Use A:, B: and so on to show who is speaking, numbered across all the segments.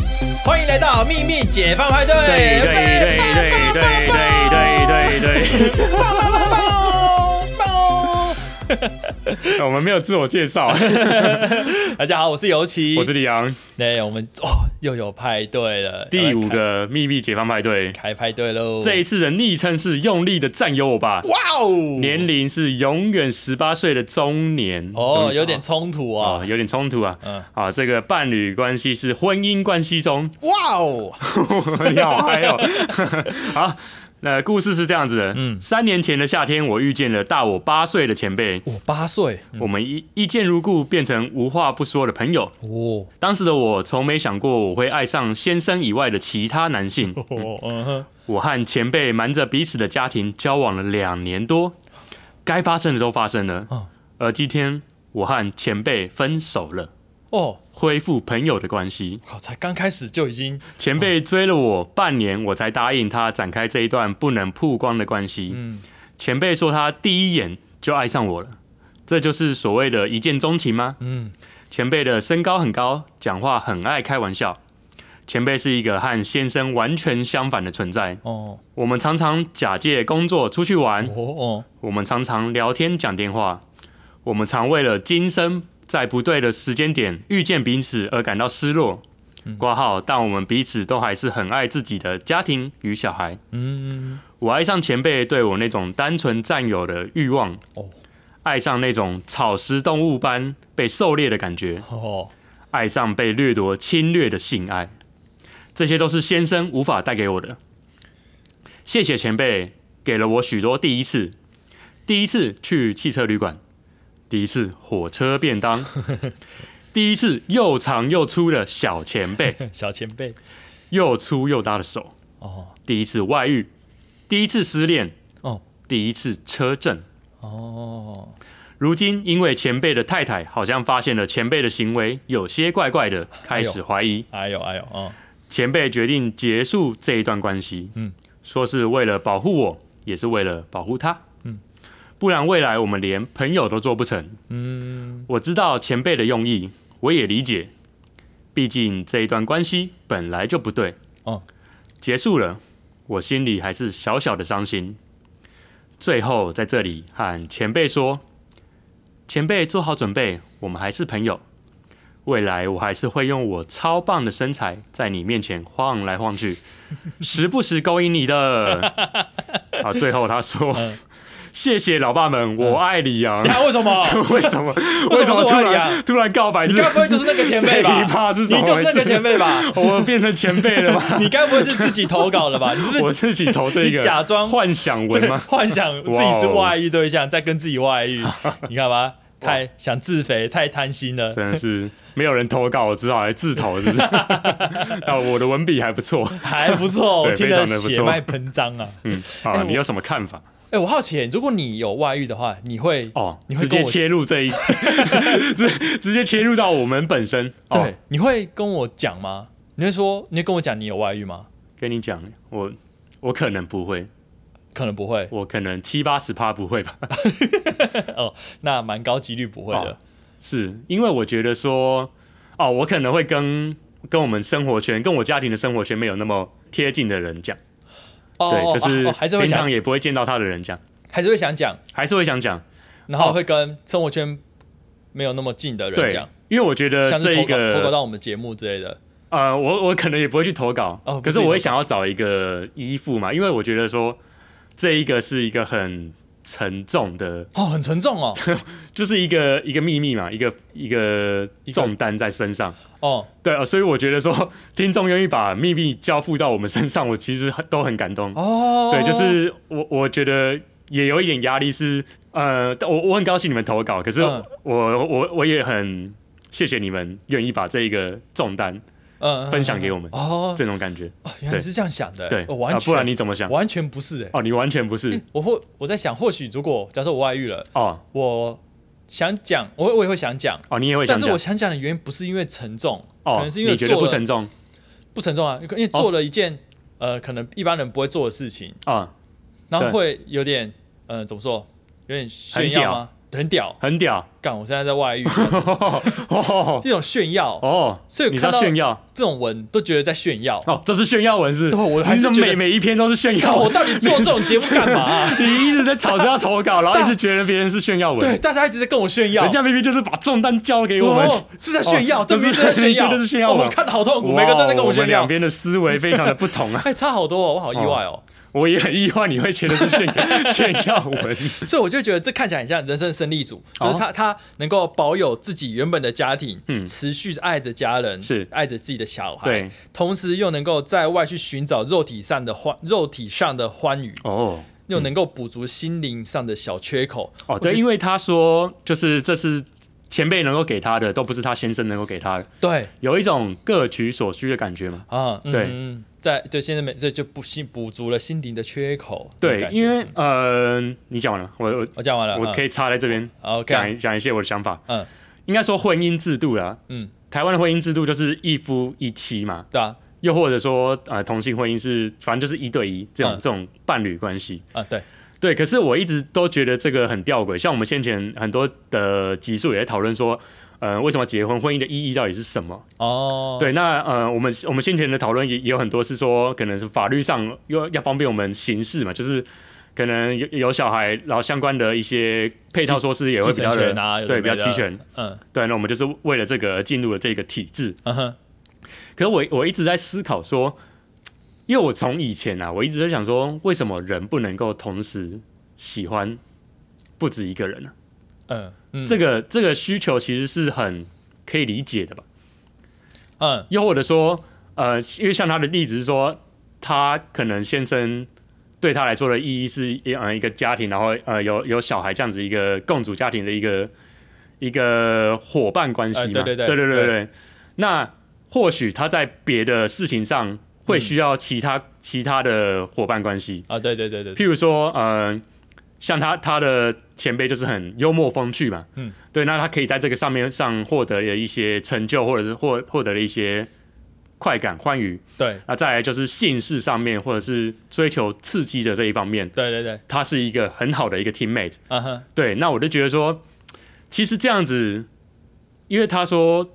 A: 迎来到秘密解放派对。
B: 对对对对对对对对
A: 棒
B: 对
A: 棒棒棒棒！
B: 对，哦我们没有自我 介绍，
A: 大家好，我是尤其，
B: 我是李昂，
A: 对，我们哦又有派对了，
B: 第五
A: 要来
B: 个秘密解放派对，
A: 开开派对喽！
B: 这一次的昵称是用力的占有我吧，
A: 哇哦，
B: 年龄是永远十八岁的中年，
A: 哦有点冲突
B: 啊，
A: 啊
B: 哦，有点冲突啊
A: 嗯，
B: 啊，这个伴侣关系是婚姻关系中，
A: 哇哦，
B: 你好嗨哦！ 好，那故事是这样子的，
A: 嗯
B: 嗯，三年前的夏天，我遇见了大我八岁的前辈，
A: 我八岁，
B: 我们一一见如故，变成无话不说的朋友。
A: 哦
B: 当时的我从没想过我会爱上先生以外的其他男性。
A: 哦嗯哼，
B: 我和前辈瞒着彼此的家庭交往了两年多，该发生的都发生了
A: 嗯。
B: 而今天，我和前辈分手了，
A: 哦，
B: 恢复朋友的关系。
A: 靠，才刚开始就已经
B: 前辈追了我半年，我才答应他展开这一段不能曝光的关系。
A: 嗯
B: 前辈说他第一眼就爱上我了，这就是所谓的一见钟情吗？
A: 嗯
B: 前辈的身高很高，讲话很爱开玩笑。前辈是一个和先生完全相反的存在。
A: 哦
B: 我们常常假借工作出去玩，
A: 哦
B: 我们常常聊天讲电话，我们常为了今生在不对的时间点遇见彼此而感到失落。挂号，但我们彼此都还是很爱自己的家庭与小孩。
A: 嗯
B: 我爱上前辈对我那种单纯占有的欲望，
A: 哦
B: 爱上那种草食动物般被狩猎的感觉。
A: 哦
B: 爱上被掠夺、侵略的性爱，这些都是先生无法带给我的。谢谢前辈给了我许多第一次，第一次去汽车旅馆，第一次火车便 当，第一次又长又粗的小前辈，
A: 小前辈
B: 又粗又大的手，
A: 哦
B: 第一次外遇，第一次失恋，
A: 哦
B: 第一次车震。
A: 哦
B: 如今因为前辈的太太好像发现了前辈的行为有些怪怪的，开始怀疑。
A: 哎呦哎呦哦
B: 前辈决定结束这一段关系，
A: 嗯
B: 嗯，说是为了保护我，也是为了保护他，
A: 嗯
B: 嗯，不然未来我们连朋友都做不成。
A: 嗯
B: 我知道前辈的用意，我也理解，毕竟这一段关系本来就不对，
A: 哦
B: 哦，结束了，我心里还是小小的伤心。最后在这里和前辈说，前辈做好准备，我们还是朋友。未来我还是会用我超棒的身材在你面前晃来晃去，时不时勾引你的。啊，最后他说：“
A: 嗯
B: 谢谢老爸们，我爱啊李 阳。
A: 你看为什么？
B: 为 什么？
A: 为
B: 为
A: 什
B: 什
A: 么
B: 么
A: 是
B: 突
A: 我爱你啊
B: 然突然告白
A: 你
B: 是？
A: 该不会就是那个前辈吧？
B: 这一趴是怎
A: 你
B: 么
A: 就是那
B: 回
A: 个
B: 事
A: 前辈吧？
B: 我变成前辈了吗？
A: 你该不会是自己投稿的 吧？你是不
B: 我
A: 是
B: 自己投这
A: 你
B: 个，
A: 假装
B: 幻想文 吗？
A: 幻想自己是外遇对象，在跟自己外遇？
B: 哦
A: 你看吧，太想自肥，太贪心了。
B: 真的是没有人投稿，我只好来自 投，是不是？啊，我的文笔还不错，
A: 还不错，我
B: 对
A: 听
B: 非
A: 得
B: 常地不错
A: 血脉喷张 啊！
B: 嗯，
A: 哎
B: 啊，
A: 我
B: 你有什么看法？
A: 哎，我好奇，如果你有外遇的话，你会
B: 哦，
A: 你会
B: 直
A: 跟
B: 接
A: 我
B: 切入这 一，直直接切入到我们本身。哦
A: 对，，你会跟我讲吗？你会说，你会跟我讲你有外遇吗？
B: 跟你讲，我我可能不会，
A: 可能不会，
B: 我可能七八十趴不会吧。
A: 那蛮高几率不会的
B: 哦。是因为我觉得说，哦，我可能会跟跟我们生活圈、跟我家庭的生活圈没有那么贴近的人讲，
A: 哦，
B: 对，
A: 哦
B: 就
A: 哦
B: 是
A: 还是会
B: 平
A: 想
B: 常，也不会见到他的人讲，
A: 还是会想讲，
B: 还是会想讲，
A: 然后会跟生活圈没有那么近的人
B: 对
A: 讲，，
B: 因为我觉得
A: 像
B: 这
A: 是投
B: 一
A: 稿投稿
B: 个
A: 到我们节目之类的。
B: 呃，我我可能也不会去投稿，
A: 哦不
B: 可
A: 是
B: 是
A: 你
B: 我
A: 投稿
B: 会想要找一个依附嘛，因为我觉得说这一个是一个很沉重的，
A: 哦，很沉重 哦。
B: 就是一个一个秘密嘛，一个一个
A: 一个
B: 重担在身上。
A: 哦，
B: 对啊，所以我觉得说，听众愿意把秘密交付到我们身上，我其实很都很感动。
A: 哦，
B: 对，就是我我觉得也有一点压力是，呃，但我我很高兴你们投稿，可是我、
A: 嗯
B: 我我也很谢谢你们愿意把这一个重担
A: 嗯
B: 分享给我们，
A: 哦，
B: 这种感觉。
A: 哦原来
B: 对
A: 是这样想的，
B: 对，
A: 我完
B: 啊
A: 全
B: 不然你怎么想？
A: 完全不是哎，
B: 哦，你完全不是
A: 诶我或我在想，或许如果假设我外遇了，
B: 哦
A: 我想讲，我会我也会想讲，
B: 哦，你也会想
A: 但是
B: 讲
A: 我想讲的原因不是因为沉重，可
B: 哦
A: 能，是因为
B: 你觉得
A: 做
B: 不
A: 了
B: 沉重
A: 不沉重啊，因为
B: 哦
A: 做了一件呃可能一般人不会做的事情，
B: 啊？
A: 然后
B: 对
A: 会有点呃怎么说，有点炫
B: 很屌
A: 耀吗？很屌，
B: 很屌
A: 干！我现在在外 遇，
B: 哦
A: 这种炫耀，
B: 哦，
A: 所以
B: 你
A: 看
B: 在
A: 到
B: 炫耀
A: 这种文都觉得在炫耀。
B: 哦，这是炫耀文是不是？
A: 对我还是
B: 你怎么
A: 觉得
B: 每每一篇都是炫
A: 看
B: 耀
A: 我
B: 文，
A: 到底做这种节目干嘛啊、
B: 你一直在吵着要投稿，然后一直觉得别人是炫耀文，
A: 对，大家一直在跟我炫耀
B: 人，家明明就是把重担交给我们。
A: 哦是在炫耀，
B: 哦
A: 这明明
B: 就
A: 是在
B: 是
A: 炫 耀，
B: 这就是炫耀
A: 哦
B: 嘛
A: 我看的好痛苦，
B: 哇
A: 每个都在跟
B: 我
A: 炫
B: 们
A: 耀
B: 两，边的思维非常的不同啊！
A: 哎，差好多哦，我好意外哦。
B: 我也很意外你会觉得是炫炫耀 文，
A: 所以我就觉得这看起来很像人生胜利组，就是他、他能够保有自己原本的家庭，
B: 哦嗯
A: 持续爱着家人，
B: 是
A: 爱着自己的小孩，
B: 对，
A: 同时又能够在外去寻找肉体上的欢，肉体上的欢愉，
B: 哦
A: 又能够补足心灵上的小缺口。
B: 哦，对，因为他说就是这是前辈能够给他的，都不是他先生能够给他的，
A: 对
B: 有一种各取所需的感觉嘛。
A: 啊，嗯
B: 对
A: 嗯在对现在没这就不心补足了心灵的缺口。那种
B: 对，
A: 感觉
B: 因为呃，你讲完了，我我
A: 我讲完了，
B: 我可
A: 以
B: 以插在这边讲
A: OK，
B: 一讲一些我的想法。
A: 嗯，
B: 应该说婚姻制度啦，
A: 嗯，
B: 台湾的婚姻制度就是一夫一妻嘛，
A: 对啊，
B: 又或者说呃同性婚姻是反正就是一对一这
A: 嗯
B: 种、这种伴侣关系。
A: 啊对，
B: 对，可是我一直都觉得这个很吊诡。像我们先前很多的集数也在讨论说，呃，为什么结婚婚姻的意义到底是什么？
A: 哦，
B: 对，那呃，我们我们先前的讨论也也有很多是说，可能是法律上又要方便我们行事嘛，就是可能有有小孩，然后相关的一些配套措施也会比较
A: 继承
B: 的
A: 权啊有的
B: 对，
A: 没
B: 比
A: 的
B: 较齐全。
A: 嗯
B: 对，那我们就是为了这个而进入了这个体制。
A: 嗯哼，
B: 可是我我一直在思考说，因为我从以前啊，我一直在想说，为什么人不能够同时喜欢不止一个人呢、啊
A: 嗯嗯
B: 这个这个需求其实是很可以理解的吧？
A: 嗯
B: 又或者说，呃，因为像他的例子是说，他可能先生对他来说的意义是一呃一个家庭，然后呃有有小孩这样子一个共主家庭的一个一个伙伴关系嘛、
A: 呃对对对
B: 对对
A: 对
B: 对那或许他在别的事情上会需要其他、其他的伙伴关系，
A: 啊对对对对，对
B: 譬如说，呃，像他他的前辈就是很幽默风趣嘛，
A: 嗯
B: 嗯，对，那他可以在这个上面上获得了一些成就，或者是获获得了一些快感、欢愉。
A: 对
B: 那再来就是性事上面，或者是追求刺激的这一方面，
A: 对对对，
B: 他是一个很好的一个 teammate。
A: 嗯哼，
B: 对，那我就觉得说，其实这样子，因为他说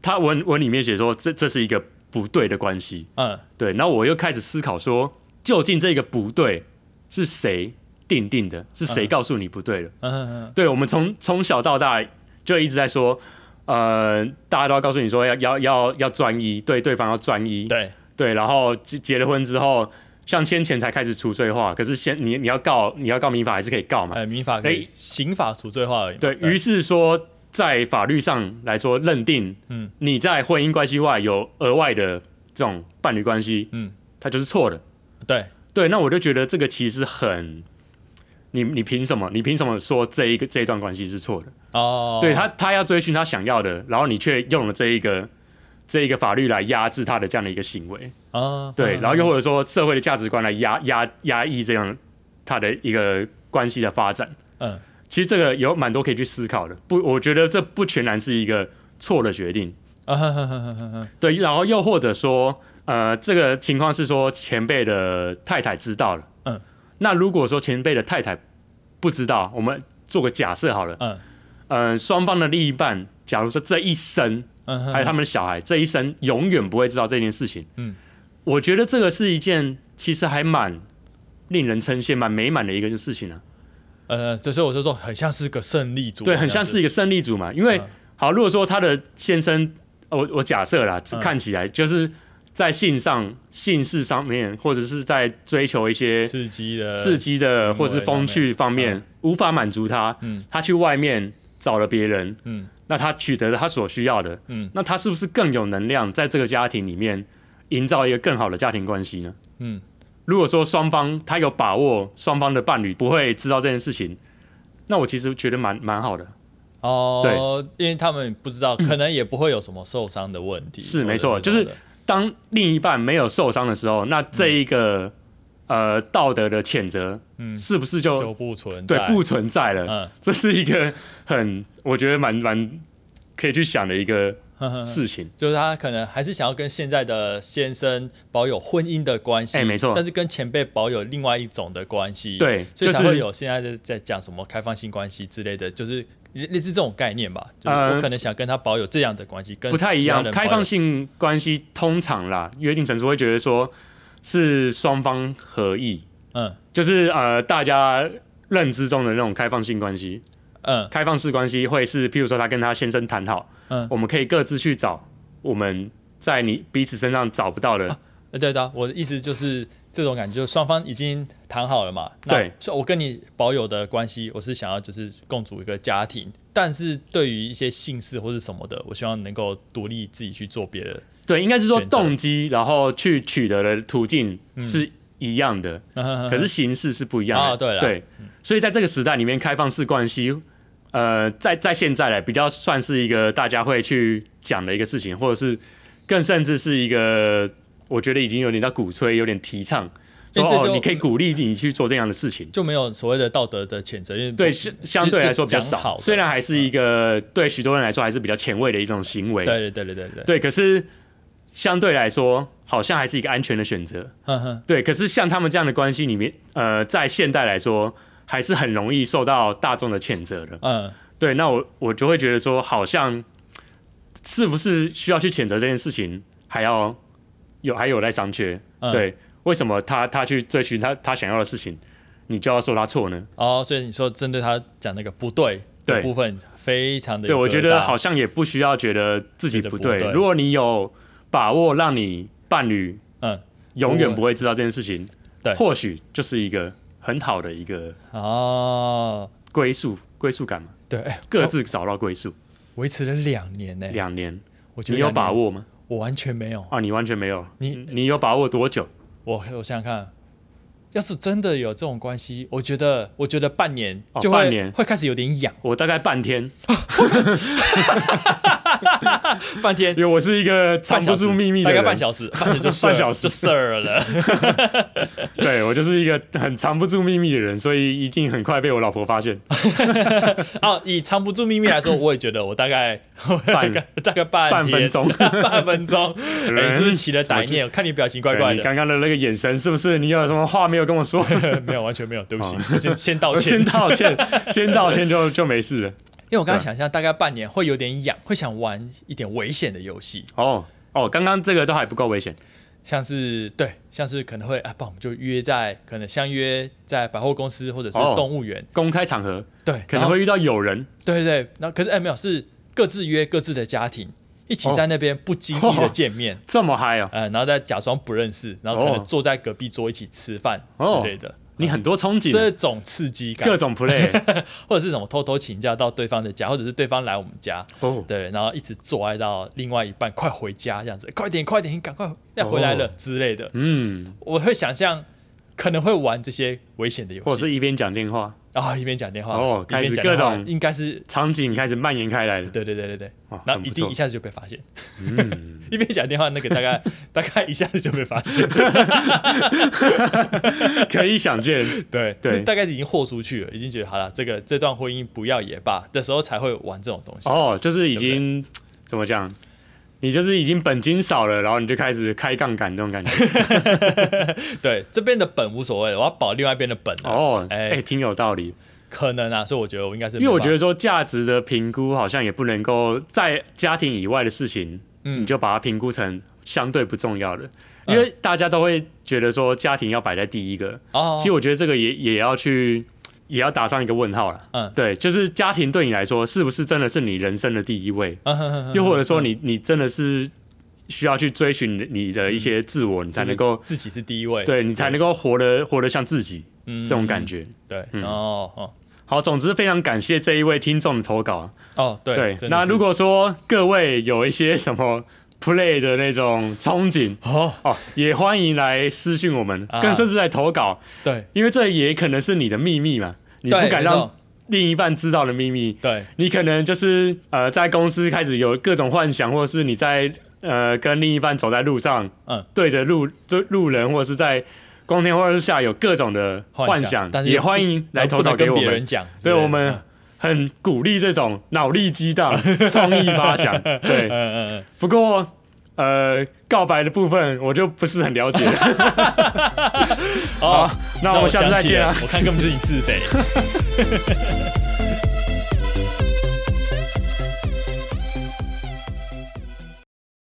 B: 他文文里面写说这这是一个不对的关系，
A: 嗯
B: 对，然后我又开始思考说，究竟这个不对是谁定定的？是谁告诉你不对的？
A: 嗯哼嗯
B: 对，我们从从小到大就一直在说，呃，大家都要告诉你说要要要要专一，对对方要专一，
A: 哼，对，
B: 对，然后结结了婚之后，像先前才开始除罪化，可是先你你要告你要告民法还是可以告嘛？
A: 哎，民法可以
B: 哎
A: 刑法除罪化而已嘛。
B: 对于是说，在法律上来说，认定，
A: 嗯
B: 嗯，你在婚姻关系外有额外的这种伴侣关系，
A: 嗯
B: 嗯，它就是错的。
A: 对，
B: 对，那我就觉得这个其实很，你你凭什么？你凭什么说这一个这一段关系是错的？
A: 哦，
B: 对他，他要追寻他想要的，然后你却用了这一个这一个法律来压制他的这样的一个行为，
A: 啊，
B: 对，
A: 嗯
B: 然后又或者说社会的价值观来压压压抑这样他的一个关系的发展。
A: 嗯，
B: 其实这个有蛮多可以去思考的，不，我觉得这不全然是一个错的决定，
A: 啊哼哼哼哼哼哼，
B: 对，然后又或者说，呃，这个情况是说前辈的太太知道了，
A: 嗯，
B: 那如果说前辈的太太不知道，我们做个假设好了，
A: 嗯
B: 呃，双方的另一半，假如说这一生，
A: 嗯哼，
B: 还有他们的小孩，这一生永远不会知道这件事情，
A: 嗯，
B: 我觉得这个是一件其实还蛮令人称羡、蛮美满的一个事情啊，
A: 呃，这所以我就说很像是个胜利组，
B: 对，很像是一个胜利组嘛，因为、
A: 嗯
B: 好，如果说他的先生，呃我我假设啦
A: 嗯，
B: 看起来就是在性上、性事上面，或者是在追求一些
A: 刺激的
B: 刺激的或是风趣方面，无法满足他，
A: 嗯
B: 他去外面找了别人，
A: 嗯
B: 那他取得了他所需要的，
A: 嗯
B: 那他是不是更有能量在这个家庭里面营造一个更好的家庭关系呢？
A: 嗯，
B: 如果说双方他有把握，双方的伴侣不会知道这件事情，那我其实觉得蛮蛮好的。
A: 哦，对，因为他们不知道，可能也不会有什么受伤的问题，
B: 嗯是
A: 或者
B: 没错
A: 什么的
B: 就是当另一半没有受伤的时候，那这一个、呃道德的谴责，
A: 嗯
B: 是不是就
A: 就不存在，
B: 呃对不存在了？
A: 嗯
B: 这是一个很我觉得蛮蛮可以去想的一个
A: 嗯
B: 事情。
A: 就是他可能还是想要跟现在的先生保有婚姻的关系，
B: 哎没错
A: 但是跟前辈保有另外一种的关系，
B: 对
A: 所以才
B: 就是
A: 会有现在在在讲什么开放性关系之类的，就是类类似这种概念吧。就是
B: 呃
A: 我可能想跟他保有这样的关系，跟
B: 不太一
A: 其他
B: 样
A: 人。保有
B: 开放性关系通常啦，约定成熟会觉得说是双方合意，
A: 嗯
B: 就是呃大家认知中的那种开放性关系。
A: 嗯
B: 开放式关系会是，譬如说他跟他先生谈好，
A: 嗯，
B: 我们可以各自去找我们在你彼此身上找不到的。
A: 呃对的、我的意思就是这种感觉，就是双方已经谈好了嘛。那
B: 对，
A: 所以我跟你保有的关系，我是想要就是共组一个家庭，但是对于一些姓氏或是什么的，我希望能够独立自己去做别的。
B: 对，应该是说
A: 选择
B: 动机，然后去取得的途径是一样的，可是形式是不一样的。
A: 嗯啊对啦
B: 对，所以在这个时代里面，开放式关系，呃，在在现在来比较算是一个大家会去讲的一个事情，或者是更甚至是一个，我觉得已经有点到鼓吹，有点提倡，
A: 因
B: 说
A: 为这
B: 哦
A: 就，
B: 你可以鼓励你去做这样的事 情。
A: 就没有所谓的道德的谴责，因为
B: 对，
A: 其实
B: 相相对来说比较
A: 哦是讲好
B: 少，
A: 的
B: 虽然还是一个对许多人来说还是比较前卫的一种行为，
A: 对对对对对对，
B: 对，可是相对来说，好像还是一个安全的选择。
A: 哼嗯哼，
B: 对，可是像他们这样的关系里面，呃，在现代来说，还是很容易受到大众的谴责的。
A: 嗯，
B: 对，那我我就会觉得说，好像是不是需要去谴责这件事情，还要有还有待商榷。
A: 嗯，
B: 对，为什么他他去追寻他他想要的事情，你就要说他错呢？
A: 哦，所以你说针对他讲那个不对的
B: 对
A: 部分，非常的
B: 对，我觉得好像也不需要觉得自己
A: 觉得
B: 不
A: 不
B: 对。
A: 对
B: 如果你有把握让你伴侣
A: 嗯，
B: 永远
A: 不
B: 不会知道这件事情，
A: 对
B: 或许就是一个很好的一个
A: 哦，
B: 归宿归宿感嘛，
A: 对，哎
B: 各自找到归宿。
A: 维持了两年呢，
B: 两年，
A: 我觉得
B: 你有
A: 哦两年
B: 把？握吗？
A: 我完全没有，
B: 啊，你完全没有。
A: 你
B: 你有把握多久？
A: 我我想想看。要是真的有这种关系，我觉得，我觉得半年
B: 哦
A: 就会、
B: 半年
A: 会开始有点 痒，
B: 我大概半天，
A: 半天
B: 因为我是一个藏
A: 半小
B: 不
A: 时
B: 住秘密的
A: 大
B: 人，
A: 概半小 时，半小时就事儿
B: 半小时
A: 就事儿了。
B: 对我就是一个很藏不住秘密的人，所以一定很快被我老婆发现。
A: 哦，以藏不住秘密来说，我也觉得我大 概我 大概大概 半
B: 半分
A: 天
B: 钟
A: 半分 钟，哎你是不是起了歹念？我看你表情怪怪
B: 对你
A: 的，
B: 刚刚的那个眼神，是不是你有什么话没有跟我说？
A: 没有，完全没有，对不起，先先道
B: 我
A: 歉
B: 哦 先。道歉， 先道歉就就没事了。
A: 因为我刚刚想象大概半年会有点痒，会想玩一点危险的游戏，
B: 哦哦，刚刚这个都还不够危险。
A: 像是对，像是可能会啊，不，我们就约在可能相约在百货公司或者是
B: 哦
A: 动物园，
B: 公开场合
A: 对，
B: 可
A: 然
B: 能
A: 后
B: 会遇到友人，
A: 对对对，然后可是哎没有，是各自约各自的家庭，一起
B: 哦
A: 在那边不经意的见面。
B: 这么嗨哦！
A: 呃，然后再假装不认识，然后可能坐在隔壁桌一起吃饭
B: 哦
A: 之类的，
B: 你很多憧憬，
A: 这种刺激感
B: 各，种 play
A: 或者是什么偷偷请假到对方的家，或者是对方来我们家，
B: 哦，
A: 对，然后一直做爱到另外一半快回家这样子，快点快点，你赶快要回来了、
B: 哦
A: 之类的，
B: 嗯，
A: 我会想象。可能会玩这些危险的游
B: 或者
A: 戏，
B: 是一边讲电话，
A: 然后一边讲电话，
B: 哦
A: 一边
B: 开始
A: 讲电话
B: 各种
A: 应该是
B: 场景开始蔓延开 来了，
A: 对对对对对，
B: 哦
A: 然
B: 很
A: 后
B: 不
A: 一定
B: 错嗯
A: 一下子就被发现， 一边讲电话那个大 概大概一下子就被发现，
B: 可以想见，
A: 对
B: 对
A: 那大概是已经豁出去了，已经觉得好了，这个这段婚姻不要也罢的时候才会玩这种东西。
B: 哦，就是已
A: 对不对
B: 经怎么讲，你就是已经本金少了，然后你就开始开杠杆这种 感觉，
A: 对，这边的本无所谓，我要保另外一边的本、啊。
B: 哦，
A: 哎
B: 哎，挺有道理，
A: 可能啊，所以我觉得我应该是
B: 因
A: 没
B: 为
A: 办法，
B: 我觉得说价值的评估好像也不能够在家庭以外的事情，
A: 嗯
B: 你就把它评估成相对不重要的，因为大家都会觉得说家庭要摆在第一个，
A: 哦
B: 其，实我觉得这个也也要去，也要打上一个问号了。
A: 嗯
B: 对，就是家庭对你来说，是不是真的是你人生的第一位？
A: 嗯哼哼哼
B: 又或者说你，你真的是需要去追寻你的一些自我，你才能够，
A: 自己是第一位，
B: 对你才能够活得活得像自己
A: 嗯
B: 这种感，嗯觉。
A: 对，哦哦
B: 好，总之非常感谢这一位听众的投稿。
A: 哦，对
B: 对，
A: 真的
B: 那
A: 是
B: 如果说各位有一些什么 play 的那种憧憬
A: 哦，
B: 哦，也欢迎来私讯我们，
A: 啊
B: 更甚至来投稿，
A: 对
B: 因为这也可能是你的秘密嘛，你不
A: 对
B: 敢
A: 没
B: 让
A: 错
B: 另一半知道的秘密。
A: 对
B: 你可能就是呃，在公司开始有各种幻想，或者是你在呃跟另一半走在路上，
A: 嗯，
B: 对着路对路人，或者是在光天化日下有各种的
A: 幻
B: 幻
A: 想但是
B: 也
A: 又不
B: 欢迎来
A: 然后不
B: 投稿
A: 能
B: 给
A: 跟
B: 我
A: 别人
B: 们，
A: 讲之类的，
B: 对我们很鼓励这种脑力 激荡、创意发想。对，
A: 嗯嗯
B: 不过呃，告白的部分我就不是很 了解。
A: 嗯，哦，哦
B: 那我们下次再见啊
A: 我想起了我看根本就是你自卑。